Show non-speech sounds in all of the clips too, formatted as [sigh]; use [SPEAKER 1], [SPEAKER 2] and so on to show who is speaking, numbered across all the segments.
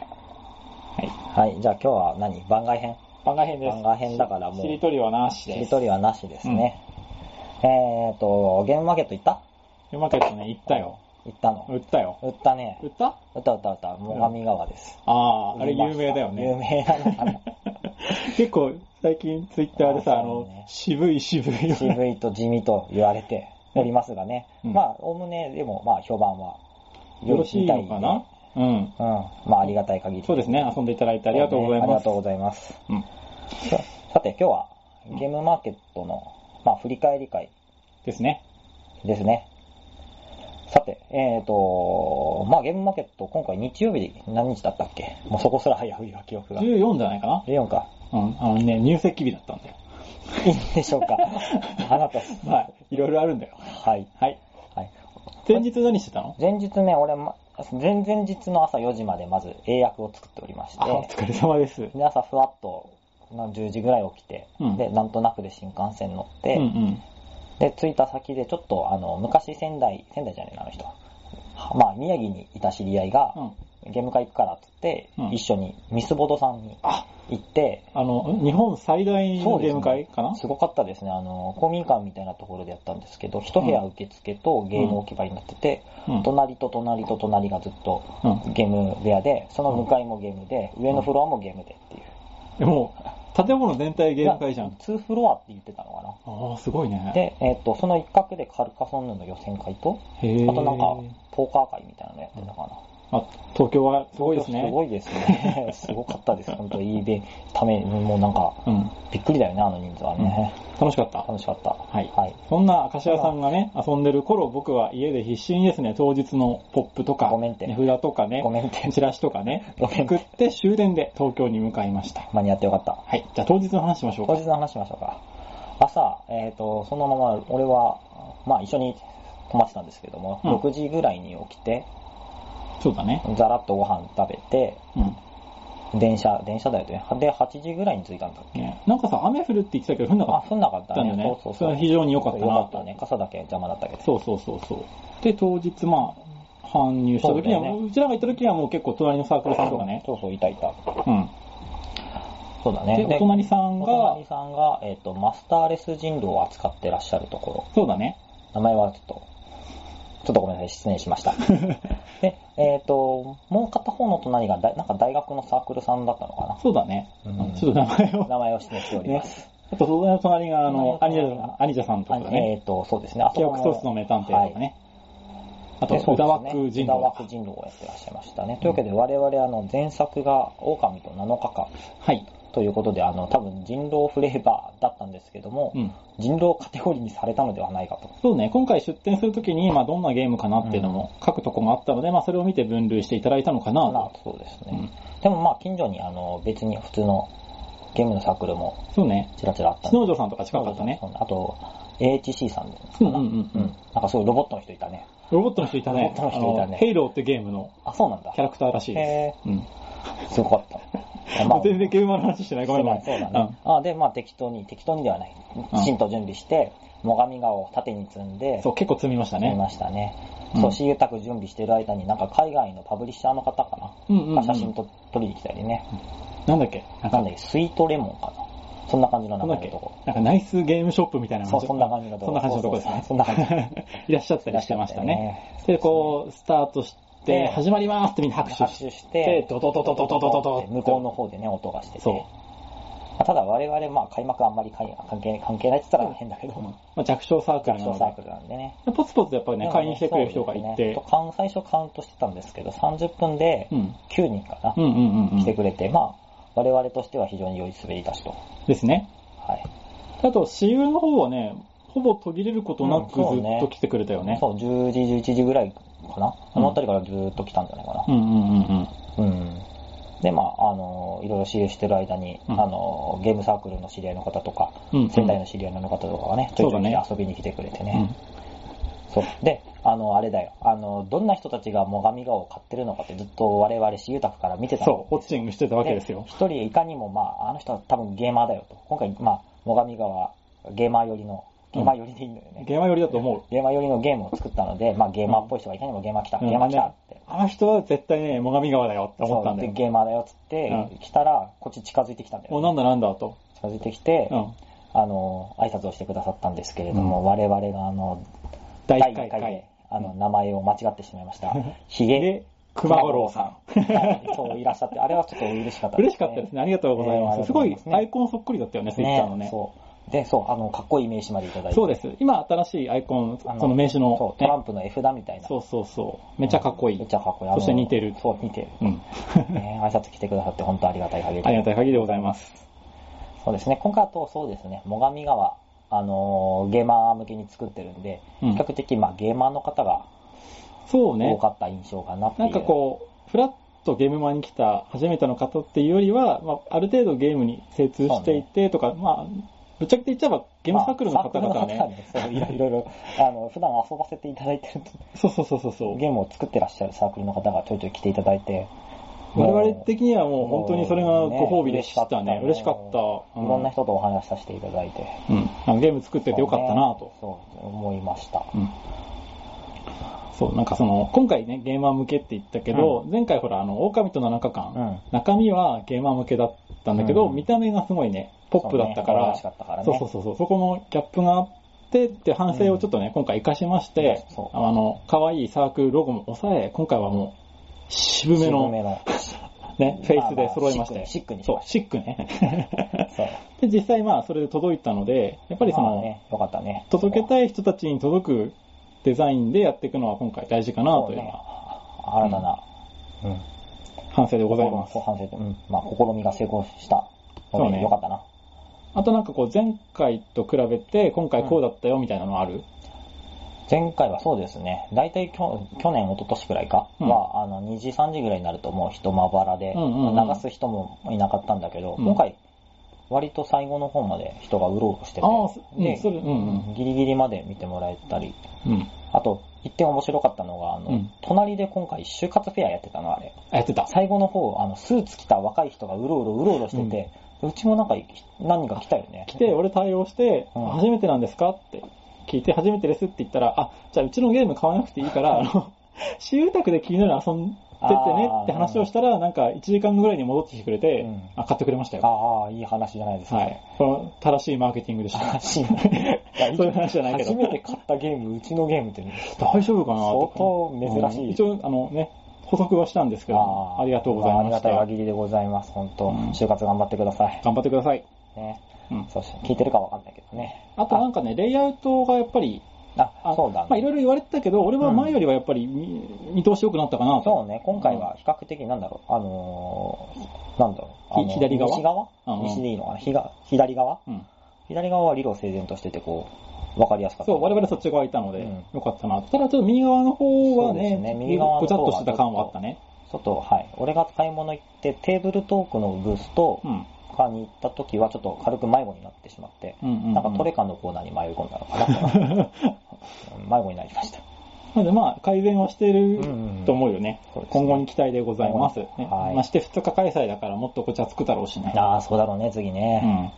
[SPEAKER 1] はい。
[SPEAKER 2] はい。じゃあ今日は何番外編
[SPEAKER 1] 番外編です。
[SPEAKER 2] 番外編だからもう
[SPEAKER 1] しりとりはなし
[SPEAKER 2] し
[SPEAKER 1] で
[SPEAKER 2] り
[SPEAKER 1] す。
[SPEAKER 2] とりはなしですね。えーと、ゲームマーケット行った
[SPEAKER 1] うまくやつね、行ったよ。
[SPEAKER 2] 行ったの
[SPEAKER 1] 売ったよ。
[SPEAKER 2] 売ったね。
[SPEAKER 1] 売った
[SPEAKER 2] 売った売った売った。最上川です。
[SPEAKER 1] ああ、あ
[SPEAKER 2] 売
[SPEAKER 1] れ
[SPEAKER 2] りま
[SPEAKER 1] 有
[SPEAKER 2] した
[SPEAKER 1] 名だよ
[SPEAKER 2] 有
[SPEAKER 1] ね。
[SPEAKER 2] 名なのか
[SPEAKER 1] [laughs]
[SPEAKER 2] な
[SPEAKER 1] 結構、最近ツイッターでさ、あ
[SPEAKER 2] そう
[SPEAKER 1] の
[SPEAKER 2] ね、
[SPEAKER 1] 渋い渋い。
[SPEAKER 2] 渋いと地味と言われておりますがね。
[SPEAKER 1] うん
[SPEAKER 2] まあ、おおむね、でも、まあ、評判は
[SPEAKER 1] よろしいのかなうん。
[SPEAKER 2] うん。まあ、ありがたい限り。
[SPEAKER 1] そうですね、遊んでいただいてありがとうござ
[SPEAKER 2] あ
[SPEAKER 1] い
[SPEAKER 2] り
[SPEAKER 1] ま
[SPEAKER 2] が
[SPEAKER 1] す
[SPEAKER 2] とう。ございます。
[SPEAKER 1] うん
[SPEAKER 2] ささて、今日はゲームマーケットの、まあ、振り返り会
[SPEAKER 1] ですね。
[SPEAKER 2] ですね。さて、えっ、と、まあ、ゲームマーケット、今回日曜日何日だったっけもうそこすら早いわ、記憶が。
[SPEAKER 1] 14じゃないかな
[SPEAKER 2] 14か。
[SPEAKER 1] うん。あのね、入籍日だったんだよ。
[SPEAKER 2] いいんでしょう
[SPEAKER 1] [laughs]
[SPEAKER 2] か。あなた、
[SPEAKER 1] まあ、いろいろあるんだよ。
[SPEAKER 2] はい。
[SPEAKER 1] はい。
[SPEAKER 2] はい。
[SPEAKER 1] 前日何してたの
[SPEAKER 2] 前日ね、俺、ま前々日の朝4時までまず英訳を作っておりまして
[SPEAKER 1] あ、、お疲れ様です。
[SPEAKER 2] で朝ふわっとまあ10時ぐらい起きて、
[SPEAKER 1] うん
[SPEAKER 2] で、なんとなくで新幹線乗って、
[SPEAKER 1] うんうん。
[SPEAKER 2] で、着いた先で、ちょっと、あの、昔仙台、仙台じゃねえな、あの人。まあ、宮城にいた知り合いが、
[SPEAKER 1] うん。
[SPEAKER 2] ゲーム会行くからって言っ
[SPEAKER 1] うん
[SPEAKER 2] て、一緒にミスボドさんに
[SPEAKER 1] あ、
[SPEAKER 2] 行って、
[SPEAKER 1] あの、日本最大
[SPEAKER 2] そ
[SPEAKER 1] の
[SPEAKER 2] うで
[SPEAKER 1] ゲ
[SPEAKER 2] すね
[SPEAKER 1] ーム会かな
[SPEAKER 2] すごかったですね。あの、公民館みたいなところでやったんですけど、一部屋受付とゲーム置き場になってて、
[SPEAKER 1] うん
[SPEAKER 2] 隣と隣と隣がずっと
[SPEAKER 1] うん。
[SPEAKER 2] ゲーム部屋で、その向かいもゲームで、上のフロアもゲームでっていう。
[SPEAKER 1] えもう、建物全体ゲーム会じゃん。
[SPEAKER 2] 2フロアって言ってたのかな。
[SPEAKER 1] ああ、すごいね。
[SPEAKER 2] で、えっ、と、その一角でカルカソンヌの予選会と、
[SPEAKER 1] へ
[SPEAKER 2] あ
[SPEAKER 1] ー
[SPEAKER 2] となんか、ポーカー会みたいなのやってたかな。
[SPEAKER 1] あ、東京はすごいですね。
[SPEAKER 2] すごいですね。 [laughs] すごかったです。本当いいで、ため、もうなんか、
[SPEAKER 1] うん。
[SPEAKER 2] びっくりだよね、あの人数はね。
[SPEAKER 1] 楽しかった。
[SPEAKER 2] 楽しかった。はい
[SPEAKER 1] そんな明石家さんがね、遊んでる頃、僕は家で必死にですね、当日のポップとか、
[SPEAKER 2] ごめんて
[SPEAKER 1] 値札とかね
[SPEAKER 2] ご、めんって、
[SPEAKER 1] チラシとかね、
[SPEAKER 2] ごめん
[SPEAKER 1] 送って終電で東京に向かいました。
[SPEAKER 2] 間に合ってよかった。
[SPEAKER 1] はい。じゃあ当日の話しましょう
[SPEAKER 2] 当
[SPEAKER 1] か。
[SPEAKER 2] 日の話しましょうか。朝、えっ、と、そのまま、俺は、まあ一緒に泊まってたんですけども、
[SPEAKER 1] うん
[SPEAKER 2] 6時ぐらいに起きて、
[SPEAKER 1] そうだね。
[SPEAKER 2] ざらっとご飯食べて、
[SPEAKER 1] うん。
[SPEAKER 2] 電車、電車だよね。で、8時ぐらいに着いたんだっけ
[SPEAKER 1] ねなんかさ、雨降るって言ってたけど、降んな
[SPEAKER 2] あ
[SPEAKER 1] か、
[SPEAKER 2] 降んなかっ
[SPEAKER 1] ったたん
[SPEAKER 2] ね
[SPEAKER 1] だよ。ね。
[SPEAKER 2] そうそう
[SPEAKER 1] そ
[SPEAKER 2] そう。
[SPEAKER 1] れは非常に良かったな。
[SPEAKER 2] よかったね。傘だけ邪魔だったけど。
[SPEAKER 1] そうそうそうそう。で、当日、まあ、搬入した時には、
[SPEAKER 2] そうだよ
[SPEAKER 1] う
[SPEAKER 2] ね
[SPEAKER 1] ちらが行った時にはもう結構隣のサークルさんとかね。
[SPEAKER 2] そうそう、いたいた。
[SPEAKER 1] うん。
[SPEAKER 2] そうだね。
[SPEAKER 1] で、お隣さん
[SPEAKER 2] お
[SPEAKER 1] が
[SPEAKER 2] 隣、さんが、えっ、と、マスターレス人狼を扱ってらっしゃるところ。
[SPEAKER 1] そうだね。
[SPEAKER 2] 名前はちょっと、ちょっとごめんなさい、失念しま
[SPEAKER 1] [laughs]
[SPEAKER 2] した。で、えっ、と、もう片方の隣がだ、なんか大学のサークルさんだったのか
[SPEAKER 1] そうだね。
[SPEAKER 2] うん
[SPEAKER 1] ちょっと名前
[SPEAKER 2] な。 [laughs]
[SPEAKER 1] を。
[SPEAKER 2] 名前を失念しており
[SPEAKER 1] ね
[SPEAKER 2] ます。。
[SPEAKER 1] あと、その隣が、あの、ア
[SPEAKER 2] 隣
[SPEAKER 1] ニジ
[SPEAKER 2] の
[SPEAKER 1] ャ
[SPEAKER 2] 隣
[SPEAKER 1] さ
[SPEAKER 2] が
[SPEAKER 1] ん、アニジャさんとか
[SPEAKER 2] あ
[SPEAKER 1] ね。
[SPEAKER 2] えっ、と、そうですね。あ
[SPEAKER 1] 記憶ソースの名探偵とか
[SPEAKER 2] はい
[SPEAKER 1] ね。あと、
[SPEAKER 2] でそう
[SPEAKER 1] 宇
[SPEAKER 2] で
[SPEAKER 1] 田
[SPEAKER 2] すね
[SPEAKER 1] 枠人
[SPEAKER 2] 宇田枠
[SPEAKER 1] 狼。
[SPEAKER 2] 人狼をやってらっしゃいましたね。というわけで、我々、あの、前作が、狼と7日間
[SPEAKER 1] はい。
[SPEAKER 2] ということで、あの、多分人狼フレーバーだったんですけども、
[SPEAKER 1] うん。
[SPEAKER 2] 人狼カテゴリーにされたのではないかと。
[SPEAKER 1] そうね、今回出展するときに、まあ、どんなゲームかなっていうのも書くとこもあったので、まあ、それを見て分類していただいたのかな
[SPEAKER 2] まあ
[SPEAKER 1] と。、
[SPEAKER 2] そうです
[SPEAKER 1] う
[SPEAKER 2] ね
[SPEAKER 1] ん。
[SPEAKER 2] でもまあ、近所に、あの、別に普通のゲームのサークルも
[SPEAKER 1] そうね。
[SPEAKER 2] ちらちらあったんで
[SPEAKER 1] 篠城さんとか近かったね。
[SPEAKER 2] そうあと、AHC さんですか
[SPEAKER 1] うん
[SPEAKER 2] な。
[SPEAKER 1] うんうんうん。
[SPEAKER 2] なんかすごいロボットの人いたね。
[SPEAKER 1] ロボットの人いたね。
[SPEAKER 2] ロボットの人いたね
[SPEAKER 1] あのヘイローってゲームの
[SPEAKER 2] あ、そうなんだ
[SPEAKER 1] キャ。ラクターらしいで
[SPEAKER 2] へ
[SPEAKER 1] す。うん。
[SPEAKER 2] え、すごか
[SPEAKER 1] [laughs]
[SPEAKER 2] った。まあ、
[SPEAKER 1] 全然ゲームの話してない。ごめんごめん。
[SPEAKER 2] そうだね。あで、まあ適当に、適当にではない。
[SPEAKER 1] うん
[SPEAKER 2] きちんと準備して、最上川を縦に積ん
[SPEAKER 1] う
[SPEAKER 2] で
[SPEAKER 1] ん。、そう、結構積みました
[SPEAKER 2] 見
[SPEAKER 1] ね。
[SPEAKER 2] ましたね。
[SPEAKER 1] うん
[SPEAKER 2] そう、CU タク準備してる間に、なんか海外のパブリッシャーの方かな。
[SPEAKER 1] うんうんうん。
[SPEAKER 2] が写真と撮りに来たりね。
[SPEAKER 1] なんだっけなん
[SPEAKER 2] な
[SPEAKER 1] か
[SPEAKER 2] ん、だっけ、スイートレモンかな。そんな感じの名
[SPEAKER 1] なんだっ
[SPEAKER 2] 前の
[SPEAKER 1] け
[SPEAKER 2] とこ。
[SPEAKER 1] なんかナイスゲームショップみたいな
[SPEAKER 2] そうそんな感じのとこ
[SPEAKER 1] そんな感じのとこですね。
[SPEAKER 2] そうそうそんな感
[SPEAKER 1] [laughs] いらっしゃったりしてましたね。
[SPEAKER 2] ね。
[SPEAKER 1] で、こう、スタートして、
[SPEAKER 2] で
[SPEAKER 1] 始まりますってみんな拍手
[SPEAKER 2] 拍
[SPEAKER 1] して。
[SPEAKER 2] 手して、
[SPEAKER 1] ドドドドドドドドド
[SPEAKER 2] って向こうの方でね、音がしてて。
[SPEAKER 1] そ
[SPEAKER 2] ただ我々、まあ開幕あんまり関係関係ないって言った
[SPEAKER 1] [laughs]
[SPEAKER 2] ら変だけど、
[SPEAKER 1] う。まあ、弱小サークル
[SPEAKER 2] 学
[SPEAKER 1] な
[SPEAKER 2] 小
[SPEAKER 1] の
[SPEAKER 2] サーク
[SPEAKER 1] で。
[SPEAKER 2] ルなんでね。
[SPEAKER 1] ポツポツやっぱりね、買いに来てくれる人がい
[SPEAKER 2] そうです
[SPEAKER 1] て
[SPEAKER 2] ね。カウン最初カウントしてたんですけど、30分で
[SPEAKER 1] うん。
[SPEAKER 2] 9人かな、
[SPEAKER 1] うんうんうんう
[SPEAKER 2] 来て
[SPEAKER 1] ん。
[SPEAKER 2] くれて、まあ、我々としては非常に良い滑り出しと。
[SPEAKER 1] ですね。
[SPEAKER 2] はい。
[SPEAKER 1] あと、私有の方はね、ほぼ途切れることなくず
[SPEAKER 2] うん
[SPEAKER 1] っ
[SPEAKER 2] そうね
[SPEAKER 1] と来てくれたよね。
[SPEAKER 2] そう、10時、11時ぐらいかな、あの辺りからずーっと来たんじゃないかな
[SPEAKER 1] う。んうんうんうん。
[SPEAKER 2] うん。で、まあ、あの、いろいろ試合してる間に、
[SPEAKER 1] うん
[SPEAKER 2] あの、ゲームサークルの知り合いの方とか、
[SPEAKER 1] うんうん
[SPEAKER 2] 仙台の知り合いの方とかがね、ちょいちょい来て遊びに来てくれてね。そう。で、あの、あれだよ。あの、どんな人たちが最上川を買ってるのかってずっと我々、私有宅から見てたの
[SPEAKER 1] そう、ウォッチングしてたわけですよ。
[SPEAKER 2] 一人いかにも、まあ、あの人は多分ゲーマーだよと。今回、まあ、最上川、ゲーマー寄りのゲーマー寄りでいいんだよね。
[SPEAKER 1] ゲーマー寄りだと思う。
[SPEAKER 2] ゲーマー寄りのゲームを作ったので、まあゲーマーっぽい人がいたにもゲーマー来た、ゲーマー来たって。
[SPEAKER 1] あの人は絶対ね、最上川だよって思ったん
[SPEAKER 2] そ
[SPEAKER 1] だ
[SPEAKER 2] うで。
[SPEAKER 1] よ
[SPEAKER 2] ゲーマーだよっつって
[SPEAKER 1] う、
[SPEAKER 2] 来たら、こっち近づいてきたんだよ、
[SPEAKER 1] お、なんだなんだと。
[SPEAKER 2] 近づいてきて、
[SPEAKER 1] うん。
[SPEAKER 2] あの、挨拶をしてくださったんですけれども、
[SPEAKER 1] う
[SPEAKER 2] 我々があの、
[SPEAKER 1] 第
[SPEAKER 2] 第
[SPEAKER 1] 1
[SPEAKER 2] 1
[SPEAKER 1] 回
[SPEAKER 2] 回
[SPEAKER 1] 会
[SPEAKER 2] で。、あの、名前を間違ってしまいました。ヒゲ
[SPEAKER 1] で、熊五郎さ
[SPEAKER 2] 熊五郎さん。はいそう、いらっしゃって、あれはちょっと嬉しかった
[SPEAKER 1] ん。嬉しかったです
[SPEAKER 2] ね。
[SPEAKER 1] ね。ありがとうございま
[SPEAKER 2] えー
[SPEAKER 1] す。すご
[SPEAKER 2] あり
[SPEAKER 1] い
[SPEAKER 2] がとうございますね
[SPEAKER 1] アイコンそっくりだったよね、スイッチャーのね。
[SPEAKER 2] そう。で、そう、あの、かっこいい名刺までいただいて。
[SPEAKER 1] そうです。今新しいアイコン、そ
[SPEAKER 2] あの
[SPEAKER 1] の名刺
[SPEAKER 2] そ
[SPEAKER 1] の
[SPEAKER 2] う、ト
[SPEAKER 1] ね。
[SPEAKER 2] ランプの絵札みたいな。
[SPEAKER 1] そうそうそう。めっちゃかっこい
[SPEAKER 2] め
[SPEAKER 1] い
[SPEAKER 2] っ。ちゃかっこいい。
[SPEAKER 1] そして似てる
[SPEAKER 2] あのそう、似てる。
[SPEAKER 1] うん。
[SPEAKER 2] ね、挨拶来てくださって本当ありがたい限り。
[SPEAKER 1] ありがたい限りでございます。
[SPEAKER 2] そうですね、今回はとそうですね、最上川、あのーゲーマー向けに作ってるんで、
[SPEAKER 1] うん
[SPEAKER 2] 比較的、まあ、ゲーマーの方が
[SPEAKER 1] そうね
[SPEAKER 2] 多。かった印象かなってい
[SPEAKER 1] な
[SPEAKER 2] う。
[SPEAKER 1] んかこう、フラッとゲームマに来た初めての方っていうよりは、まあ、ある程度ゲームに精通していてとか、まあ、ぶっちゃけて言っちゃえばゲームサークルの方々はね、
[SPEAKER 2] まあサークルの方々はねそういろいろ、あの、普段遊ばせていただいてる
[SPEAKER 1] そうそうそうそうそう。
[SPEAKER 2] ゲームを作ってらっしゃるサークルの方がちょいちょい来ていただいて、
[SPEAKER 1] 我々的にはもう本当にそれがご褒美でしたね。
[SPEAKER 2] もう
[SPEAKER 1] 嬉しかった。
[SPEAKER 2] いろんな人とお話しさせていただいて。
[SPEAKER 1] うんあのゲーム作っててよかったなと。
[SPEAKER 2] そうねそう、思いました。
[SPEAKER 1] うんそう、なんかその、今回ね、ゲーマー向けって言ったけど、前回ほら、あの、狼と7日間、
[SPEAKER 2] うん
[SPEAKER 1] 中身はゲーマー向けだったんだけど、
[SPEAKER 2] うん
[SPEAKER 1] 見た目がすごいね、ポップだったか
[SPEAKER 2] そうね
[SPEAKER 1] ら、
[SPEAKER 2] 可愛しかったからね。
[SPEAKER 1] そうそうそうそう、そこのギャップがあってって反省をちょっとね、今回活かしまして、
[SPEAKER 2] そう
[SPEAKER 1] あの、可愛いサークルロゴも抑え、今回はもう、渋め
[SPEAKER 2] 渋
[SPEAKER 1] の
[SPEAKER 2] めの。
[SPEAKER 1] ね、フェイスで揃えまし
[SPEAKER 2] まあま
[SPEAKER 1] て。
[SPEAKER 2] あシックにシックにし
[SPEAKER 1] そう
[SPEAKER 2] ま、し
[SPEAKER 1] シックね。
[SPEAKER 2] [laughs] そう。
[SPEAKER 1] で、実際まあ、それで届いたので、やっぱりそ
[SPEAKER 2] まあ
[SPEAKER 1] の、
[SPEAKER 2] ね、よかったね。
[SPEAKER 1] 届
[SPEAKER 2] い
[SPEAKER 1] けたい人たちに届くデザインでやっていくのは今回大事かなというのは
[SPEAKER 2] 新たな、うん。
[SPEAKER 1] 反省でございます
[SPEAKER 2] そう。反省点うん。まあ、試みが成功した
[SPEAKER 1] そ
[SPEAKER 2] の
[SPEAKER 1] う
[SPEAKER 2] で、
[SPEAKER 1] ね
[SPEAKER 2] よかったな。
[SPEAKER 1] あとなんかこう、前回と比べて、今回こうだったよみたいなのある
[SPEAKER 2] 前回はそうですね、大体きょ去年、一昨年くらいか
[SPEAKER 1] うん
[SPEAKER 2] は、あの2時、3時ぐらいになるともう人まばらで、
[SPEAKER 1] うんうんうん
[SPEAKER 2] 流す人もいなかったんだけど、
[SPEAKER 1] うん
[SPEAKER 2] 今回、割と最後の方まで人がうろうろしてて、
[SPEAKER 1] ああ、そうん
[SPEAKER 2] で
[SPEAKER 1] それ、うんうん。
[SPEAKER 2] ギリギリまで見てもらえたり、
[SPEAKER 1] うん。
[SPEAKER 2] あと、一点面白かったのが、あの、
[SPEAKER 1] うん
[SPEAKER 2] 隣で今回、就活フェアやってたの、あれ。
[SPEAKER 1] あやってた。
[SPEAKER 2] 最後の方、あの、スーツ着た若い人がうろうろうろうろしてて、うちもなんか、何人か来たよね。
[SPEAKER 1] 来て、俺対応して、
[SPEAKER 2] うん
[SPEAKER 1] 初めてなんですかって聞いて、初めてですって言ったら、あ、じゃあうちのゲーム買わなくていいから、あの、 [laughs] 私有宅で気になる遊んでってねって話をしたら、なんか1時間後ぐらいに戻ってきてくれて
[SPEAKER 2] うん、
[SPEAKER 1] あ、買ってくれましたよ。
[SPEAKER 2] ああ、いい話じゃないですか。
[SPEAKER 1] はい。この正しいマーケティングでした。
[SPEAKER 2] 話
[SPEAKER 1] そう [laughs] いう話じゃないけど
[SPEAKER 2] 初めて買ったゲーム、うちのゲームってね、
[SPEAKER 1] 大丈夫かな
[SPEAKER 2] 相当珍
[SPEAKER 1] う
[SPEAKER 2] し
[SPEAKER 1] ん
[SPEAKER 2] い。
[SPEAKER 1] 一応、あのね、補足はしたんですけど、 [laughs] ありがとうござい
[SPEAKER 2] あ
[SPEAKER 1] ま
[SPEAKER 2] り
[SPEAKER 1] し
[SPEAKER 2] が
[SPEAKER 1] た。
[SPEAKER 2] たい限りでございます、本当、
[SPEAKER 1] うん
[SPEAKER 2] 就活頑張ってください。
[SPEAKER 1] 頑張ってください。
[SPEAKER 2] ね。
[SPEAKER 1] うん
[SPEAKER 2] そうし、聞いてるかわかんないけどね。
[SPEAKER 1] あとなんかね、レイアウトがやっぱり、
[SPEAKER 2] あ、
[SPEAKER 1] あ
[SPEAKER 2] そうだね。
[SPEAKER 1] まあいろいろ言われてたけど、俺は前よりはやっぱり見見通し良くなったかなと。
[SPEAKER 2] そうね、今回は比較的、なんだろう、あのー、なんだろう、あの
[SPEAKER 1] ひ左側
[SPEAKER 2] 西側
[SPEAKER 1] うんうん
[SPEAKER 2] 西でいいのかなひが左側
[SPEAKER 1] うん
[SPEAKER 2] 左側は理路整然としてて、こう、わかりやすかった。
[SPEAKER 1] そう、我々そっち側いたので、
[SPEAKER 2] うん
[SPEAKER 1] よかったな。ただちょっと右側の方は
[SPEAKER 2] そうで
[SPEAKER 1] ね、
[SPEAKER 2] すね右側の方は
[SPEAKER 1] ごちゃっとしてた感はあったね。
[SPEAKER 2] ちょっと、はい。俺が買い物行って、テーブルトークのブースと
[SPEAKER 1] う、ん。
[SPEAKER 2] 他に行った時は、ちょっと軽く迷子になってしまって、
[SPEAKER 1] うんうん、うん。
[SPEAKER 2] なんかトレカのコーナーに迷い込んだのか
[SPEAKER 1] [laughs]
[SPEAKER 2] な。うん迷子になりました。
[SPEAKER 1] なのでまあ改善はしてる
[SPEAKER 2] うんうん
[SPEAKER 1] と思うよね。
[SPEAKER 2] そうですね
[SPEAKER 1] 今後に期待でございます。ね
[SPEAKER 2] 今後はい
[SPEAKER 1] まして2日開催だからもっとごちゃつくだろうしね。
[SPEAKER 2] ああ、そうだろうね、次
[SPEAKER 1] う
[SPEAKER 2] ね。
[SPEAKER 1] ん。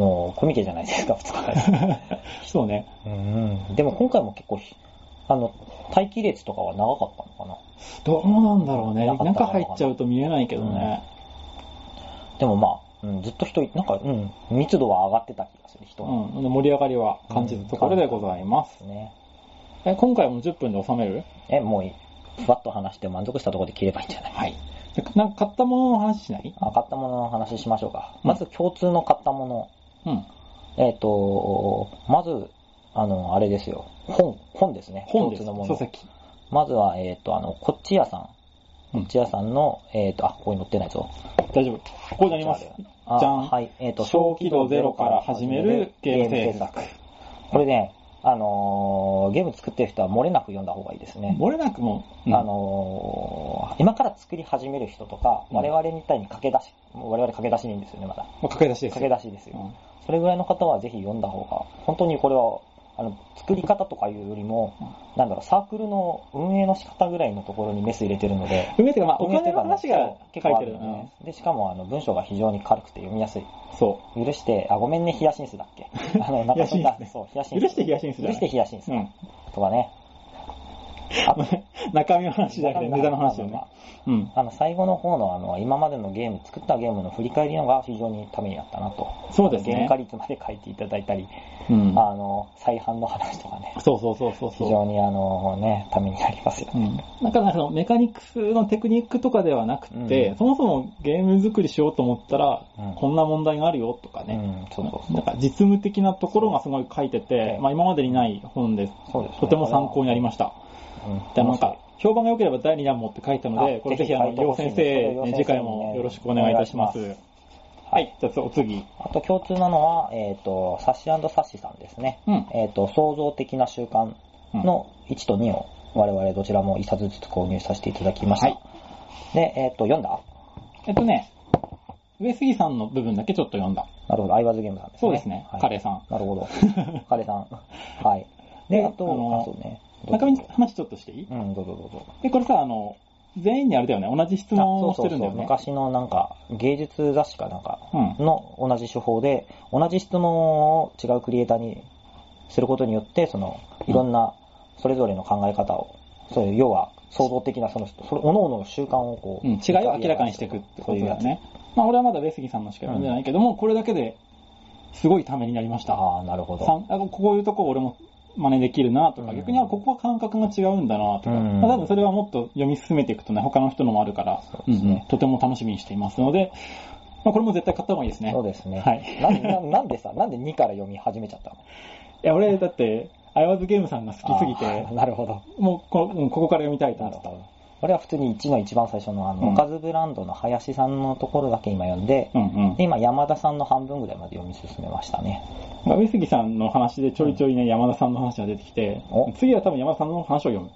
[SPEAKER 2] もう、コミケじゃないですか、2日間。
[SPEAKER 1] [laughs] そうね。
[SPEAKER 2] うん。でも今回も結構ひ、あの、待機列とかは長かったのかな。
[SPEAKER 1] どうなんだろうね。
[SPEAKER 2] なかった
[SPEAKER 1] 中入っちゃうと見えないけどね。
[SPEAKER 2] でもまあ、うん、ずっと人い、なんか、うん、密度は上がってた気がする、人
[SPEAKER 1] う
[SPEAKER 2] が。
[SPEAKER 1] ん。盛り上がりは感じるところでございます。
[SPEAKER 2] ね。
[SPEAKER 1] え今回も10分で収める
[SPEAKER 2] え、もういい、ふわっと話して満足したところで切ればいいんじゃない
[SPEAKER 1] はい。でなんか買ったものの話しない
[SPEAKER 2] あ買ったものの話しましょうか。
[SPEAKER 1] うん
[SPEAKER 2] まず共通の買ったもの。
[SPEAKER 1] うん。
[SPEAKER 2] えっ、と、まず、あの、あれですよ。本、本ですね。
[SPEAKER 1] 本です。
[SPEAKER 2] 共通のも
[SPEAKER 1] 書
[SPEAKER 2] の。
[SPEAKER 1] 籍。
[SPEAKER 2] まずは、えっ、と、あの、こっち屋さん。
[SPEAKER 1] う
[SPEAKER 2] こ
[SPEAKER 1] ん
[SPEAKER 2] っち屋さんの、えっ、と、あ、ここに載ってないぞ。
[SPEAKER 1] 大丈夫。ここになります。
[SPEAKER 2] あ
[SPEAKER 1] じゃん
[SPEAKER 2] はい。えっ、と、
[SPEAKER 1] 小規模ゼロから始めるゲーム制作。
[SPEAKER 2] これね、あのーゲーム作ってる人は漏れなく読んだ方がいいですね。
[SPEAKER 1] 漏れなくも、うん
[SPEAKER 2] あのー今から作り始める人とか、
[SPEAKER 1] うん
[SPEAKER 2] 我々みたいに駆け出し、もう我々駆け出し人ですよね、まだ。
[SPEAKER 1] まあ、駆け出しです。
[SPEAKER 2] 駆け出しです
[SPEAKER 1] う
[SPEAKER 2] よ。
[SPEAKER 1] ん
[SPEAKER 2] それぐらいの方はぜひ読んだ方が、本当にこれは、ああの、作り方とかいうよりも、なんだろう、サークルの運営の仕方ぐらいのところにメス入れてるので、
[SPEAKER 1] 運営っていうか、まあ、お
[SPEAKER 2] 運営って
[SPEAKER 1] 金
[SPEAKER 2] いう
[SPEAKER 1] の
[SPEAKER 2] かね
[SPEAKER 1] 話が
[SPEAKER 2] そう
[SPEAKER 1] 書い
[SPEAKER 2] 結構あ
[SPEAKER 1] て
[SPEAKER 2] る
[SPEAKER 1] る
[SPEAKER 2] よ
[SPEAKER 1] よ
[SPEAKER 2] ね
[SPEAKER 1] ね。。
[SPEAKER 2] で、しかも、あの、文章が非常に軽くて読みやすい。
[SPEAKER 1] そ
[SPEAKER 2] 許して、あ、ごめんね、ヒヤシンスだっ
[SPEAKER 1] [laughs]
[SPEAKER 2] け。あの、なんかそんな
[SPEAKER 1] ヒヤシン、ス
[SPEAKER 2] そう、ヒヤシン
[SPEAKER 1] う。
[SPEAKER 2] ス。
[SPEAKER 1] 許して東にする
[SPEAKER 2] 許してヒヤシンス
[SPEAKER 1] う。ん。
[SPEAKER 2] とかね。あと、
[SPEAKER 1] 中身の話じゃなくて、ネタの話よね。うん。
[SPEAKER 2] あの、最後の方の、あの、今までのゲーム、作ったゲームの振り返りのが非常にためになったなと。
[SPEAKER 1] そうですね
[SPEAKER 2] 原価率まで書いていただいたり、
[SPEAKER 1] うん。
[SPEAKER 2] あの、再販の話とかね。
[SPEAKER 1] そうそうそうそう
[SPEAKER 2] 非
[SPEAKER 1] そ
[SPEAKER 2] 常に、あの、ね、ためになりますよ
[SPEAKER 1] う。う。ん。だから、その、メカニクスのテクニックとかではなくて、
[SPEAKER 2] うん
[SPEAKER 1] そもそもゲーム作りしようと思ったら、
[SPEAKER 2] うん
[SPEAKER 1] こんな問題があるよとか
[SPEAKER 2] う
[SPEAKER 1] ね。
[SPEAKER 2] ん、そうそうそう。
[SPEAKER 1] なんか実務的なところがすごい書いてて、まあ今までにない本です。
[SPEAKER 2] そうですね
[SPEAKER 1] とても参考になりました。
[SPEAKER 2] うん
[SPEAKER 1] でなんか、評判が良ければ第2弾もって書いたので、
[SPEAKER 2] あ
[SPEAKER 1] これぜひ、あの、
[SPEAKER 2] ぜひ書いて
[SPEAKER 1] 両
[SPEAKER 2] ほしいですこれ両先生に
[SPEAKER 1] 先生、ね
[SPEAKER 2] ね
[SPEAKER 1] 次回もよろしくお願いいたします。
[SPEAKER 2] お願い
[SPEAKER 1] はい、じゃあお次。
[SPEAKER 2] あと共通なのは、えっ、と、サッシサッシさんですね。
[SPEAKER 1] うん。
[SPEAKER 2] えっ、と、創造的な習慣の1と2を我々どちらも1冊ずつ購入させていただきました。
[SPEAKER 1] はい
[SPEAKER 2] で、えっ、と、読んだ
[SPEAKER 1] えっとね、上杉さんの部分だけちょっと読んだ。
[SPEAKER 2] なるほど、アイワーズゲームさんですね。
[SPEAKER 1] そうですね、カレー
[SPEAKER 2] さ
[SPEAKER 1] さん。
[SPEAKER 2] ん。なるほ
[SPEAKER 1] [laughs]
[SPEAKER 2] ど、カレーさん。はい。で、
[SPEAKER 1] で
[SPEAKER 2] あと、
[SPEAKER 1] あのー
[SPEAKER 2] あそうね。どうぞ
[SPEAKER 1] 中身の話ちょっとしていい
[SPEAKER 2] うん、どうぞどうぞ。
[SPEAKER 1] で、これさ、あの、全員にあれだよね、同じ質問をしてるんだよね。
[SPEAKER 2] あそうそうそう昔のなんか、芸術雑誌かなんか
[SPEAKER 1] うん
[SPEAKER 2] の同じ手法で、同じ質問を違うクリエイターにすることによって、その、いろんな、それぞれの考え方を、そういう、要は、創造的な、その、それ、おのの習慣をこう、
[SPEAKER 1] うん、違いを明らかにしていくってこと
[SPEAKER 2] そ
[SPEAKER 1] だよ
[SPEAKER 2] ういうや
[SPEAKER 1] ね。まあ俺はまだ上杉さんのしか読んでないけども、これだけですごいためになりまし
[SPEAKER 2] つ。
[SPEAKER 1] た。
[SPEAKER 2] ああ、なるほど。
[SPEAKER 1] さんあのこういうとこ俺も真似できるなとか、
[SPEAKER 2] うん
[SPEAKER 1] 逆にはここは感覚が違うんだなとか、
[SPEAKER 2] うん
[SPEAKER 1] まあ多分それはもっと読み進めていくとね、他の人のもあるから、
[SPEAKER 2] そうですね
[SPEAKER 1] うんうんとても楽しみにしていますので、まあ、これも絶対買った方がいいですね。
[SPEAKER 2] そうですね。
[SPEAKER 1] はい
[SPEAKER 2] なんななんでさ、なんで2から読み始めちゃったの
[SPEAKER 1] いや、俺だって、アイワーズゲームさんが好きすぎて
[SPEAKER 2] あー、なるほど。
[SPEAKER 1] もうこのうんここから読みたいと
[SPEAKER 2] な
[SPEAKER 1] 思
[SPEAKER 2] る
[SPEAKER 1] っ
[SPEAKER 2] ほ
[SPEAKER 1] た。
[SPEAKER 2] ど。俺は普通に1の一番最初の、あの、
[SPEAKER 1] うん
[SPEAKER 2] おかずブランドの林さんのところだけ今読んで、
[SPEAKER 1] うんうん
[SPEAKER 2] で今山田さんの半分ぐらいまで読み進めましたね。
[SPEAKER 1] まあ上杉さんの話でちょいちょいね、山田さんの話が出てきて
[SPEAKER 2] お、
[SPEAKER 1] 次は多分山田さんの話を読む。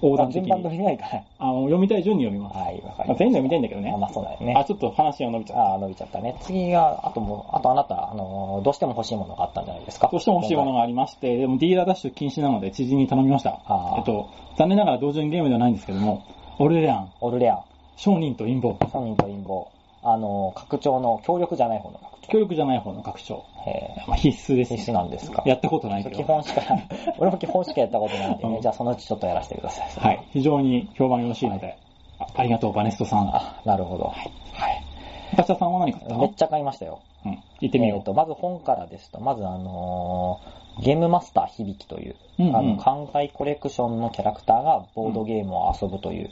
[SPEAKER 1] 横断
[SPEAKER 2] あ
[SPEAKER 1] 的
[SPEAKER 2] 順
[SPEAKER 1] に。
[SPEAKER 2] 番取りないから。
[SPEAKER 1] あの読みたい順に読みます。
[SPEAKER 2] はい、わかり
[SPEAKER 1] まあ
[SPEAKER 2] ました
[SPEAKER 1] 全員の読みたいんだけどね
[SPEAKER 2] あ。まあそうだよね。
[SPEAKER 1] あ、ちょっと話が伸びちゃった。
[SPEAKER 2] あー伸びちゃったね。次が、あともう、あとあなた、あのー、どうしても欲しいものがあったんじゃないですか。
[SPEAKER 1] どうしても欲しいもの
[SPEAKER 2] が。
[SPEAKER 1] がありまして、でもディーラーダッシュ禁止なので知人に頼みました。
[SPEAKER 2] あー
[SPEAKER 1] えっと、残念ながら同時にゲームではないんですけども、オルレアン、
[SPEAKER 2] オルレアン、
[SPEAKER 1] 商人と陰謀、
[SPEAKER 2] ソニンと陰謀、あのー、拡張の、協力じゃない方の拡
[SPEAKER 1] 協力じゃない方の拡張。
[SPEAKER 2] 張。え
[SPEAKER 1] まあ、必須で
[SPEAKER 2] ー、
[SPEAKER 1] す、
[SPEAKER 2] 必須なんですか。
[SPEAKER 1] やったことないけ
[SPEAKER 2] 基
[SPEAKER 1] ど。
[SPEAKER 2] 本しか、 [laughs] 俺も基本しかやったことないんでね、
[SPEAKER 1] うん
[SPEAKER 2] じゃあそのうちちょっとやらせてください。
[SPEAKER 1] はい。非常に評判よろしいので、あありがとう、バネストさん。
[SPEAKER 2] あ、なるほど。はい。
[SPEAKER 1] 私田さんは何買った
[SPEAKER 2] めっ
[SPEAKER 1] の
[SPEAKER 2] ちゃ買いましたよ。
[SPEAKER 1] うん。行ってみ
[SPEAKER 2] えー
[SPEAKER 1] よ
[SPEAKER 2] と、まず本からですと、まずあのーゲームマスター響きという、
[SPEAKER 1] うんうん
[SPEAKER 2] あの、艦隊コレクションのキャラクターがボードゲームを遊ぶという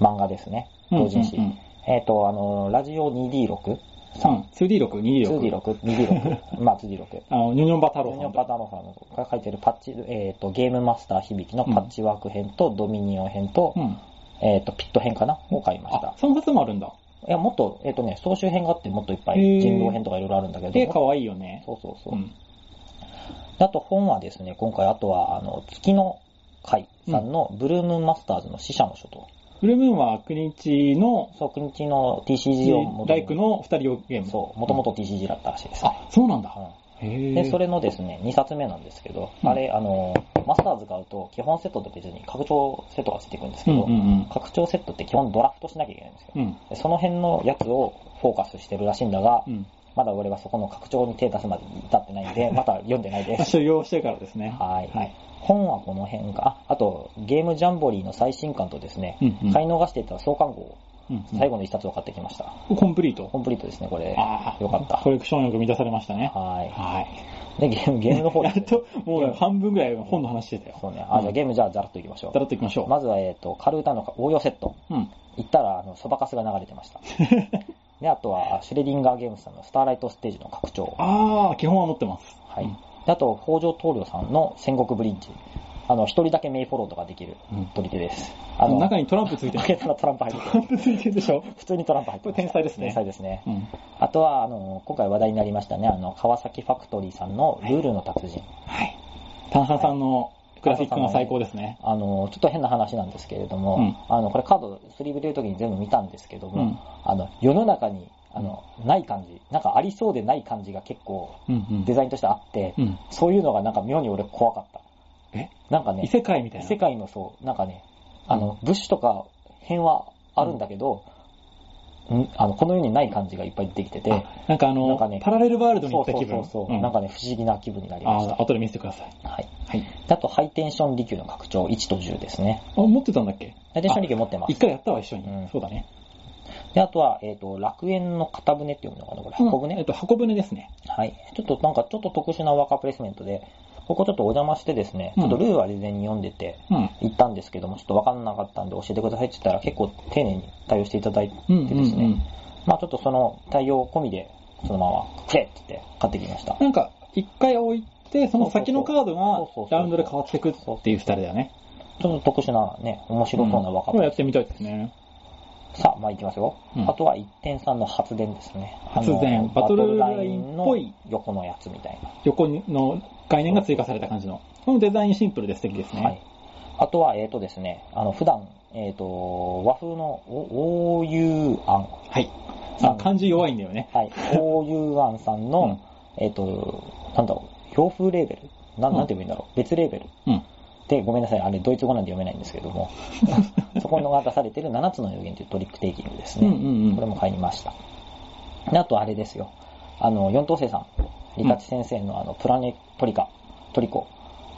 [SPEAKER 2] 漫画ですね。
[SPEAKER 1] う。
[SPEAKER 2] 同人誌。
[SPEAKER 1] うんうんうん
[SPEAKER 2] えっ、と、あのーラジオ 2D6、
[SPEAKER 1] 2D6、2D6。
[SPEAKER 2] 2D6、2D6、まあ
[SPEAKER 1] [laughs]
[SPEAKER 2] 2D6。
[SPEAKER 1] あの、ニョニョンバ太
[SPEAKER 2] ジ
[SPEAKER 1] 郎
[SPEAKER 2] ョニ
[SPEAKER 1] さ
[SPEAKER 2] オ
[SPEAKER 1] ん
[SPEAKER 2] パ
[SPEAKER 1] と。
[SPEAKER 2] タロさんが書いてるパッチ、えっ、と、ゲームマスター響きのパッチワーク編とドミニオン編と、
[SPEAKER 1] うん。
[SPEAKER 2] えっ、と、ピット編かなを買いました
[SPEAKER 1] あ、。その冊もあるんだ。
[SPEAKER 2] いや、もっと、えっ、とね、総集編があってもっといっぱい、
[SPEAKER 1] へー
[SPEAKER 2] 人狼編とかいろいろあるんだけど、
[SPEAKER 1] で、可愛いよね。
[SPEAKER 2] そうそうそう。
[SPEAKER 1] うん。
[SPEAKER 2] あと本はですね、今回あとは、あの、月の会さんのブルームーンマスターズの死者の書と、
[SPEAKER 1] ブルームーンは、国一の、
[SPEAKER 2] そう、国地の TCG を元々
[SPEAKER 1] ライクの二人用ゲーム。
[SPEAKER 2] そう、もともと TCG だったらしいです、ね
[SPEAKER 1] あ、そうなんだ。
[SPEAKER 2] うん
[SPEAKER 1] へ
[SPEAKER 2] で、それのですね、2冊目なんですけど、
[SPEAKER 1] うん
[SPEAKER 2] あれ、あの、マスターズ買うと、基本セットと別に拡張セットがついてくるんですけど、
[SPEAKER 1] うんうん
[SPEAKER 2] 拡張セットって基本ドラフトしなきゃいけないんですよ。
[SPEAKER 1] うん。うん。
[SPEAKER 2] でその辺のやつをフォーカスしてるらしいんだが、
[SPEAKER 1] うん。
[SPEAKER 2] まだ俺はそこの拡張に手出すまでに至ってないんで、まだ読んでないで
[SPEAKER 1] まあ、
[SPEAKER 2] す。
[SPEAKER 1] 所要してからですね。
[SPEAKER 2] はい。
[SPEAKER 1] はい
[SPEAKER 2] 本はこの辺か。ああと、ゲームジャンボリーの最新刊とですね、
[SPEAKER 1] うんうん
[SPEAKER 2] 買い逃していた創刊号、
[SPEAKER 1] うんうん
[SPEAKER 2] 最後の一冊を買ってきました。
[SPEAKER 1] コンプリート。
[SPEAKER 2] コンプリートですね、これ。
[SPEAKER 1] ああ、
[SPEAKER 2] よかった
[SPEAKER 1] コレクション欲満たされましたね。
[SPEAKER 2] は
[SPEAKER 1] は
[SPEAKER 2] い。で、
[SPEAKER 1] い。
[SPEAKER 2] ゲーム、ゲームの方で
[SPEAKER 1] や
[SPEAKER 2] すね
[SPEAKER 1] っと、もう半分ぐらい本の話してたよ。
[SPEAKER 2] そうね。あ、じゃあゲームじゃあざらっといきましょ
[SPEAKER 1] だらっといきましょ
[SPEAKER 2] う。
[SPEAKER 1] う。
[SPEAKER 2] まずは、えっ、と、カルータの応用セット。
[SPEAKER 1] うん。
[SPEAKER 2] 行ったら、あの、そばかすが流れてま
[SPEAKER 1] [laughs]
[SPEAKER 2] した。で、あとは、シュレディンガーゲームズさんのスターライトステージの拡張。
[SPEAKER 1] ああ、基本は持ってます。
[SPEAKER 2] はい。であと、北条棟梁さんの戦国ブリッジ。あの、一人だけ名フォローとかできる
[SPEAKER 1] うん
[SPEAKER 2] 取り手です。
[SPEAKER 1] あの、
[SPEAKER 2] 中
[SPEAKER 1] 中にトランプついてる
[SPEAKER 2] 負。けたらトランプ入る。
[SPEAKER 1] トランプついてるでしょ
[SPEAKER 2] 普通にトランプ入ってました
[SPEAKER 1] これ天才ですね
[SPEAKER 2] 天才ですね。
[SPEAKER 1] うん。
[SPEAKER 2] あとは、あの、今回話題になりましたね、あの、川崎ファクトリーさんのルールの達人。
[SPEAKER 1] はい。炭酸さんのグラフィックが最高ですね。
[SPEAKER 2] あの、ちょっと変な話なんですけれども、
[SPEAKER 1] うん
[SPEAKER 2] あの、これカードスリーブでいう時に全部見たんですけども、
[SPEAKER 1] うん
[SPEAKER 2] あの、世の中に、あの、ない感じ、なんかありそうでない感じが結構
[SPEAKER 1] うんうん
[SPEAKER 2] デザインとしてあって、
[SPEAKER 1] うん
[SPEAKER 2] そういうのがなんか妙に俺怖かった。
[SPEAKER 1] え
[SPEAKER 2] なんかね、
[SPEAKER 1] 異世界みたいな。
[SPEAKER 2] 世界のそう、なんかね、あの、物資とか辺はあるんだけど、んあのこの世にない感じがいっぱい出てきてて、
[SPEAKER 1] あなんかあ
[SPEAKER 2] な
[SPEAKER 1] の
[SPEAKER 2] んかね
[SPEAKER 1] パラレルワールドに
[SPEAKER 2] そう
[SPEAKER 1] 行った
[SPEAKER 2] そ
[SPEAKER 1] 気
[SPEAKER 2] うそ
[SPEAKER 1] 分。
[SPEAKER 2] うそう、
[SPEAKER 1] ん
[SPEAKER 2] なんかね、不思議な気分になりまし
[SPEAKER 1] あ
[SPEAKER 2] た。
[SPEAKER 1] 後で見せてください。
[SPEAKER 2] はい。
[SPEAKER 1] はい。
[SPEAKER 2] あと、ハイテンション利休の拡張1と10ですね。
[SPEAKER 1] あ、持ってたんだっけ
[SPEAKER 2] ハイテンション利休持ってます
[SPEAKER 1] 一。回やったわ、一緒に。
[SPEAKER 2] うん
[SPEAKER 1] そうだね。
[SPEAKER 2] で、あとは、えっ、と、楽園の片舟って読むのかなこれ、箱舟、
[SPEAKER 1] うんえっと、箱舟ですね。
[SPEAKER 2] はい。ちょっとなんか、ちょっと特殊なワーカープレイスメントで、ここちょっとお邪魔してですね、
[SPEAKER 1] う
[SPEAKER 2] ち
[SPEAKER 1] ん
[SPEAKER 2] ょっとルーは事前に読んでて、
[SPEAKER 1] うん。
[SPEAKER 2] 行ったんですけども、ちょっと分かんなかったんで教えてくださいって言ったら、結構丁寧に対応していただいて
[SPEAKER 1] うんうん
[SPEAKER 2] で
[SPEAKER 1] う
[SPEAKER 2] すね、
[SPEAKER 1] ん。
[SPEAKER 2] まあちょっとその対応込みで、そのまま、くれって言って買ってきました。
[SPEAKER 1] なんか、一回置いて、その先のカード
[SPEAKER 2] そうそうそう
[SPEAKER 1] がラウンドで変わっていくっていうスタイルだよね。
[SPEAKER 2] ちょっと特殊なね、面白そうなワーカー
[SPEAKER 1] こ
[SPEAKER 2] プ
[SPEAKER 1] れ
[SPEAKER 2] レ
[SPEAKER 1] や
[SPEAKER 2] イ
[SPEAKER 1] ってみたいですね。
[SPEAKER 2] ス。さあ、まあ行きますよ。
[SPEAKER 1] うん
[SPEAKER 2] あとは1.3の発電ですね。
[SPEAKER 1] 発電
[SPEAKER 2] あの
[SPEAKER 1] バトルラインっぽい
[SPEAKER 2] 横のやつみたいな。
[SPEAKER 1] 横の概念が追加された感じの。このデザインシンプルで素敵ですね。
[SPEAKER 2] はい。あとは、えっ、とですね、あの、普段、えっ、と、和風の、お、おゆあん。
[SPEAKER 1] はい。
[SPEAKER 2] さ
[SPEAKER 1] あ
[SPEAKER 2] ん、
[SPEAKER 1] 漢字弱いんだよね。 [laughs]
[SPEAKER 2] はい。おゆあんさんの、えっ、と、なんだろう、洋風レーベルな
[SPEAKER 1] うん
[SPEAKER 2] ん、なんて言うんだろう、別レーベル。
[SPEAKER 1] うん。
[SPEAKER 2] で、ごめんなさい、あれ、ドイツ語なんで読めないんですけど
[SPEAKER 1] [laughs]
[SPEAKER 2] も、そこのが出されてる7つの予言というトリックテイキングです
[SPEAKER 1] う
[SPEAKER 2] ね。
[SPEAKER 1] んうん
[SPEAKER 2] こ
[SPEAKER 1] う
[SPEAKER 2] れ
[SPEAKER 1] ん。
[SPEAKER 2] も買いました。であとあれですよ。あの、四等星さん、リタチ先生のあの、プラネトリカ、トリコ。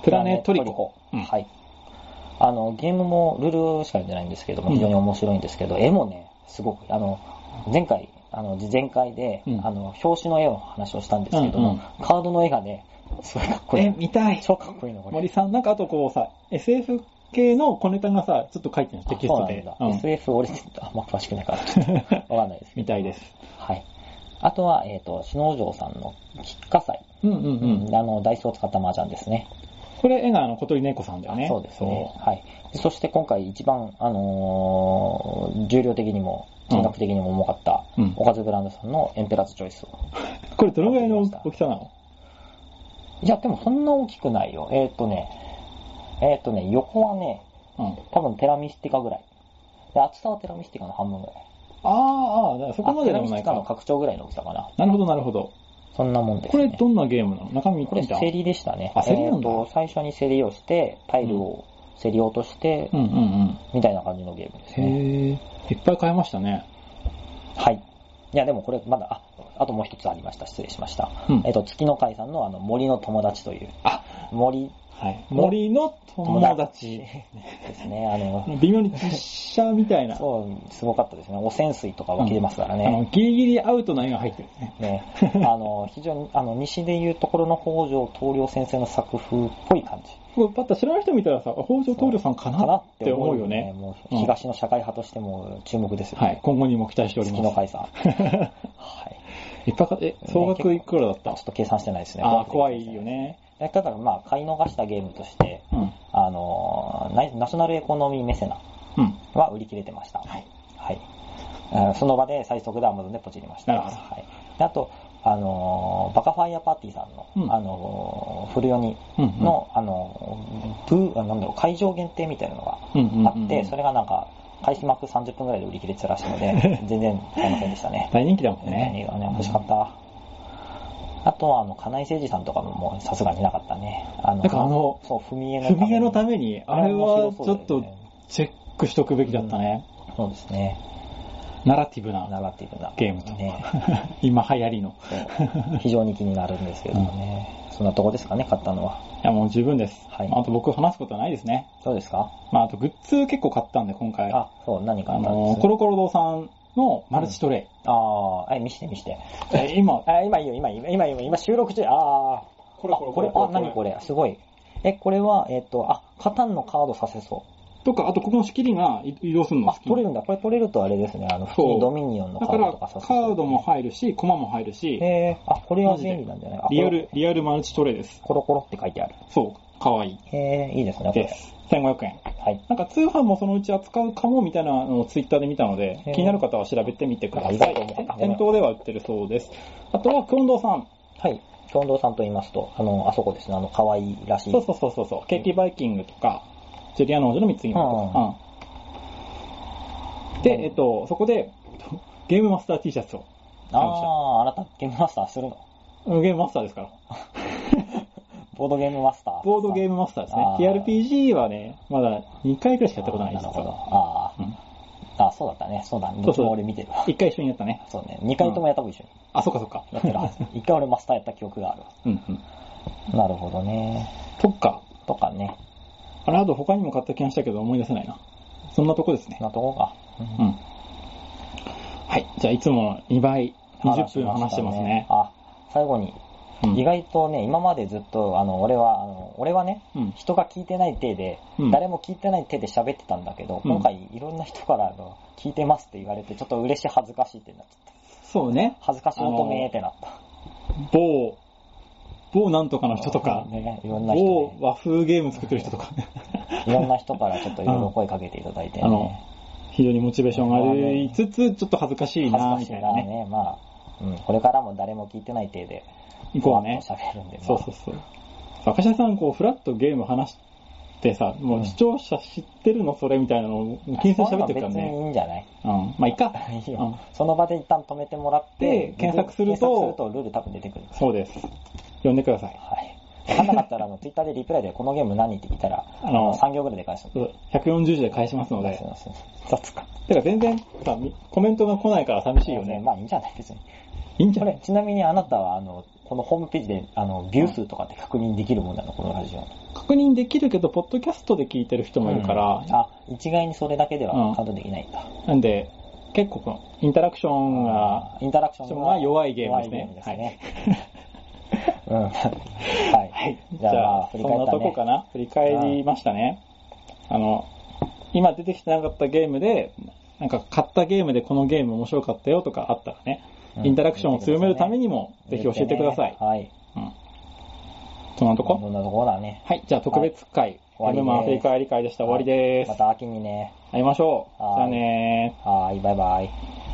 [SPEAKER 1] プラネトリコうん
[SPEAKER 2] はい。あの、ゲームもルールしか読んでないんですけど
[SPEAKER 1] う
[SPEAKER 2] も、
[SPEAKER 1] ん
[SPEAKER 2] 非常に面白いんですけど、絵もね、すごく、あの、前回、あの、前回で、
[SPEAKER 1] うん
[SPEAKER 2] あの、表紙の絵の話をしたんですけども、
[SPEAKER 1] うんうん
[SPEAKER 2] カードの絵がね、すごいかっこい
[SPEAKER 1] え、
[SPEAKER 2] い。
[SPEAKER 1] 見たい。
[SPEAKER 2] 超かっこいいの、これ
[SPEAKER 1] 森。さん、なんかあとこうさ、SF 系の小ネタがさ、ちょっと書いてるのテキストで
[SPEAKER 2] あ。そうなん
[SPEAKER 1] う
[SPEAKER 2] だ。
[SPEAKER 1] ん
[SPEAKER 2] SF 俺、あんま詳しくないから、ちょっ
[SPEAKER 1] [laughs]
[SPEAKER 2] とわかんないですけど
[SPEAKER 1] 見たいです。
[SPEAKER 2] はい。あとは、えっ、と、篠城さんの菊花祭。
[SPEAKER 1] うんうんうん。
[SPEAKER 2] あの、ダイソーを使った麻雀ですね。
[SPEAKER 1] これ絵があの小鳥猫さんだよね。
[SPEAKER 2] そうですね。はい。そして今回一番、あのー重量的にも、金額的にも重かった、
[SPEAKER 1] うん
[SPEAKER 2] おかずブランドさんのエンペラーズチョイスを。
[SPEAKER 1] そう。これどのぐらいの大きさなの
[SPEAKER 2] いや、でもそんな大きくないよ。えっ、とね、えっ、とね、横はね、
[SPEAKER 1] うん。
[SPEAKER 2] 多分テラミスティカぐらい。で、厚さはテラミスティカの半分ぐらい。
[SPEAKER 1] ああ、ああ、だからそこまで
[SPEAKER 2] あ
[SPEAKER 1] で
[SPEAKER 2] テラ
[SPEAKER 1] も
[SPEAKER 2] ミス
[SPEAKER 1] な
[SPEAKER 2] ティ
[SPEAKER 1] い
[SPEAKER 2] カの
[SPEAKER 1] か。
[SPEAKER 2] 拡張ぐらいの大きさかな。
[SPEAKER 1] なるほど、なるほど。
[SPEAKER 2] そんなもんです、
[SPEAKER 1] これ
[SPEAKER 2] ね。
[SPEAKER 1] どんなゲームなの中身
[SPEAKER 2] これ
[SPEAKER 1] 見た
[SPEAKER 2] 競りでしたね。
[SPEAKER 1] あ競りなんだ
[SPEAKER 2] えーと、最初に競りをして、タイルを競り落として、
[SPEAKER 1] うんうん
[SPEAKER 2] みたいな感じのゲームです
[SPEAKER 1] うん。
[SPEAKER 2] ね。
[SPEAKER 1] へえ。いっぱい買いましたね。
[SPEAKER 2] はい。いや、でもこれまだ、あ、あともう一つありました。失礼しました。
[SPEAKER 1] うん
[SPEAKER 2] えっと、月の会さんのあの、森の友達という、
[SPEAKER 1] あ、
[SPEAKER 2] 森
[SPEAKER 1] はい。森の友達。
[SPEAKER 2] ですね。あの、
[SPEAKER 1] 微妙に実写みたいな。
[SPEAKER 2] そう、すごかったですね。汚染水とか湧き出ますから
[SPEAKER 1] あの
[SPEAKER 2] ね。
[SPEAKER 1] ギリギリアウトな絵が入ってるんですね。
[SPEAKER 2] ね、あの、非常に、あの、西でいうところの北条棟梁先生の作風っぽい感じ。
[SPEAKER 1] これパッと知らない人見たらさ、あ北条棟梁さんか
[SPEAKER 2] かな
[SPEAKER 1] なっ
[SPEAKER 2] ってて
[SPEAKER 1] 思
[SPEAKER 2] 思
[SPEAKER 1] う
[SPEAKER 2] う
[SPEAKER 1] よ
[SPEAKER 2] よね。
[SPEAKER 1] ね。
[SPEAKER 2] もう
[SPEAKER 1] うん
[SPEAKER 2] 東の社会派としても注目ですよね。
[SPEAKER 1] はい。今後にも期待しており
[SPEAKER 2] 月
[SPEAKER 1] ま
[SPEAKER 2] の
[SPEAKER 1] す。
[SPEAKER 2] 会さん。はい。
[SPEAKER 1] いっぱい買え、総額いくらだっ
[SPEAKER 2] ちょ
[SPEAKER 1] た
[SPEAKER 2] っと計算してないですね。
[SPEAKER 1] ああ、怖いよ。ね。
[SPEAKER 2] ただ、まあ、買い逃したゲームとして、
[SPEAKER 1] うん。
[SPEAKER 2] あの、ナイナショナルエコノミーメセナ
[SPEAKER 1] うん。
[SPEAKER 2] は売り切れてました。
[SPEAKER 1] はい。
[SPEAKER 2] はい。あその場で最速で Amazon でポチりました。
[SPEAKER 1] なるほど
[SPEAKER 2] はい。であと、あのー、バカファイアパーティーさんの、
[SPEAKER 1] うん
[SPEAKER 2] あのー、フルヨニ
[SPEAKER 1] うんうん
[SPEAKER 2] の、あのー、ブー、あなんだろう、会場限定みたいなのが
[SPEAKER 1] うんうんうん
[SPEAKER 2] あって、それがなんか、開始幕30分ぐらいで売り切れてたらしいの
[SPEAKER 1] [laughs]
[SPEAKER 2] で、全然買いませんでしたね。
[SPEAKER 1] 大人気だもん
[SPEAKER 2] ね
[SPEAKER 1] ね。、
[SPEAKER 2] 欲しかった。あとは、あの、金井誠二さんとかももうさすがになかったね。あの
[SPEAKER 1] なんかあの
[SPEAKER 2] そう、踏み絵の
[SPEAKER 1] 踏み絵のために、あれは
[SPEAKER 2] 面
[SPEAKER 1] ち
[SPEAKER 2] 白そうだよ
[SPEAKER 1] ょ
[SPEAKER 2] ね
[SPEAKER 1] っとチェックしとくべきだったね。
[SPEAKER 2] そうですね。
[SPEAKER 1] ナラティブな
[SPEAKER 2] 習っていくんだ。
[SPEAKER 1] ゲームと。
[SPEAKER 2] ね。
[SPEAKER 1] [laughs] 今流行りの。
[SPEAKER 2] そう非常に気になるんですけどもね。そんなとこですかね、買ったのは。
[SPEAKER 1] いや、もう十分です。
[SPEAKER 2] はい
[SPEAKER 1] まああと僕話すことはないですね。
[SPEAKER 2] そうですか
[SPEAKER 1] まあ、あとグッズ結構買ったんで、今回。
[SPEAKER 2] あ、そう、何買
[SPEAKER 1] あ
[SPEAKER 2] ったん
[SPEAKER 1] の
[SPEAKER 2] で
[SPEAKER 1] ー、
[SPEAKER 2] す
[SPEAKER 1] コロコロ堂さんのマルチトレ
[SPEAKER 2] あー、あ、見して見して。
[SPEAKER 1] イ。え今、
[SPEAKER 2] あ、今いいよ、今いいよ、今いいよ、今収録中。あー。
[SPEAKER 1] こ
[SPEAKER 2] あこれ、あ、何これ、すごい。え、これは、えっと、あ、カタンのカードさせそう。
[SPEAKER 1] とか、あとここの仕切りがい移動するの
[SPEAKER 2] あ
[SPEAKER 1] 好、き。
[SPEAKER 2] 取れるんだ。これ取れるとあれですね。あの、普通
[SPEAKER 1] そう
[SPEAKER 2] にドミニオンの
[SPEAKER 1] だ
[SPEAKER 2] カー
[SPEAKER 1] か
[SPEAKER 2] ド
[SPEAKER 1] ら、
[SPEAKER 2] と
[SPEAKER 1] カ
[SPEAKER 2] かさそう
[SPEAKER 1] ードも入るし、コマも入るし、
[SPEAKER 2] へえあ、これは便利なんじゃないあ
[SPEAKER 1] リア。ル、リアルマルチトレイです。
[SPEAKER 2] コロコロコロって書いてある。
[SPEAKER 1] そう、かわいい
[SPEAKER 2] へえいいですね、こ
[SPEAKER 1] で
[SPEAKER 2] れ。
[SPEAKER 1] す。1500円。
[SPEAKER 2] はい。
[SPEAKER 1] なんか通販もそのうち扱うかもみたいなのをツイッターで見たので
[SPEAKER 2] へ、ー
[SPEAKER 1] 気になる方は調べてみてください。
[SPEAKER 2] ありがとうございます
[SPEAKER 1] 店頭では売ってるそうです。あとは、近藤さん。
[SPEAKER 2] はい。近藤さんと言いますと、あの、あそこですね、あの、可愛いらしい。
[SPEAKER 1] そうそうそうそうそう。ケーキバイキングとか、ジュリアの王女の貢ぎ物と [laughs] か。うんで、えっと、そこで、えっとゲームマスター T シャツを感じだ
[SPEAKER 2] ああ、あなたゲームマスターするの
[SPEAKER 1] うんゲームマスターですから。
[SPEAKER 2] ボードゲームマスター。
[SPEAKER 1] ボードゲームマスターですね
[SPEAKER 2] あ。ー
[SPEAKER 1] TRPG はね、まだ2回くらいしかや
[SPEAKER 2] や
[SPEAKER 1] ったことない
[SPEAKER 2] な
[SPEAKER 1] です。
[SPEAKER 2] るほど。あー、あ、そうだったね。そうだ。どっちも俺見てるわ。
[SPEAKER 1] 1回一緒にやったね。
[SPEAKER 2] そうね。2回ともやったもん一緒に。
[SPEAKER 1] あ、そっかそっか。
[SPEAKER 2] やってる
[SPEAKER 1] [laughs]
[SPEAKER 2] はず。1回俺マスターやった記憶があるわ。
[SPEAKER 1] うんうん。
[SPEAKER 2] なるほどね。
[SPEAKER 1] とか。
[SPEAKER 2] とかね。
[SPEAKER 1] あれ、あと他にも買った気がしたけど思い出せないな。そんなとこですね。
[SPEAKER 2] なとこか。
[SPEAKER 1] うん。はい。じゃあ、いつもの2倍、20分話してますね。
[SPEAKER 2] あ、最後に。
[SPEAKER 1] うん
[SPEAKER 2] 意外とね、今までずっと、あの、俺は、あの、俺はね、
[SPEAKER 1] うん。
[SPEAKER 2] 人が聞いてない手で、
[SPEAKER 1] うん
[SPEAKER 2] 誰も聞いてない手で喋ってたんだけど、
[SPEAKER 1] うん
[SPEAKER 2] 今回いろんな人からあの聞いてますって言われて、ちょっと嬉しい恥ずかしいってなっちゃった。
[SPEAKER 1] そうね。
[SPEAKER 2] 恥ずかしい乙女ってなった。
[SPEAKER 1] 某、某なんとかの人とか、
[SPEAKER 2] ね、いろんな人
[SPEAKER 1] 某
[SPEAKER 2] ね、
[SPEAKER 1] 和風ゲーム作ってる人とか、 [laughs]
[SPEAKER 2] いろんな人からちょっといろいろ声かけていただいて、ね、
[SPEAKER 1] あの、非常にモチベーションがありつつ、ちょっと恥ずかしい
[SPEAKER 2] 恥ず
[SPEAKER 1] な、
[SPEAKER 2] か
[SPEAKER 1] み
[SPEAKER 2] しい
[SPEAKER 1] たい
[SPEAKER 2] な
[SPEAKER 1] なね。
[SPEAKER 2] ね、まあ、うん、これからも誰も聞いてない手で、
[SPEAKER 1] 行こうね。
[SPEAKER 2] ふわっと喋るんで、まあ
[SPEAKER 1] そうそうそう。赤社さん、こう、フラッとゲーム話してさ、もう視聴者知ってるのそれみたいなのを気にせず喋ってるから
[SPEAKER 2] そういうの別に
[SPEAKER 1] ね。
[SPEAKER 2] いいんじゃない
[SPEAKER 1] うん。まあ、いいか。
[SPEAKER 2] いいよ
[SPEAKER 1] うん
[SPEAKER 2] その場で一旦止めてもらって
[SPEAKER 1] で、検索すると
[SPEAKER 2] 検索するとルール多分出てくる。
[SPEAKER 1] そうです。呼んでください。
[SPEAKER 2] はい。わかんなかったら、あの、ツイッターでリプライでこのゲーム何って聞いたら、
[SPEAKER 1] あの
[SPEAKER 2] 3行ぐらいで返すの。
[SPEAKER 1] 140字で返しますの
[SPEAKER 2] 返
[SPEAKER 1] で
[SPEAKER 2] し。ます雑か。
[SPEAKER 1] てか全然さ、みコメントが来ないから寂しいよね。
[SPEAKER 2] まあいいんじゃない別に。
[SPEAKER 1] いいんじゃ
[SPEAKER 2] こ
[SPEAKER 1] ない
[SPEAKER 2] れ、ちなみにあなたは、あの、このホームページで、あの、ビュー数とかって確認できるもんなのこのラジオ。
[SPEAKER 1] 確認できるけど、ポッドキャストで聞いてる人もいるから、
[SPEAKER 2] うんあ、一概にそれだけで
[SPEAKER 1] う
[SPEAKER 2] は
[SPEAKER 1] ん
[SPEAKER 2] カウントできないんだ。
[SPEAKER 1] なんで、結構この、インタラクションが、
[SPEAKER 2] インタラクショ
[SPEAKER 1] 人
[SPEAKER 2] ン
[SPEAKER 1] が
[SPEAKER 2] が
[SPEAKER 1] 弱いゲームです
[SPEAKER 2] 弱い
[SPEAKER 1] ね。
[SPEAKER 2] ゲームうん。
[SPEAKER 1] はい。
[SPEAKER 2] はい。
[SPEAKER 1] はい。
[SPEAKER 2] じ
[SPEAKER 1] じ
[SPEAKER 2] ゃあ、
[SPEAKER 1] ゃ
[SPEAKER 2] まあ
[SPEAKER 1] あ、
[SPEAKER 2] 振
[SPEAKER 1] そ
[SPEAKER 2] り
[SPEAKER 1] ん
[SPEAKER 2] 返っ
[SPEAKER 1] な
[SPEAKER 2] た
[SPEAKER 1] とこ
[SPEAKER 2] ね
[SPEAKER 1] か。な。振り返りましたね。あの、今出てきてなかったゲームで、なんか買ったゲームでこのゲーム面白かったよとかあったらね、
[SPEAKER 2] うん
[SPEAKER 1] インタラクションを強めるためにも、ぜひ教えてください。
[SPEAKER 2] はい。
[SPEAKER 1] うん。そんなと
[SPEAKER 2] こ
[SPEAKER 1] こ
[SPEAKER 2] んなとこだね。
[SPEAKER 1] はい、じゃあ特別会、
[SPEAKER 2] 終わりです
[SPEAKER 1] ゲームマン振り返り会でした。終わりです。
[SPEAKER 2] また秋にね。
[SPEAKER 1] 会いましょう。じ
[SPEAKER 2] はい
[SPEAKER 1] ゃあねー。
[SPEAKER 2] はい、バイバイ。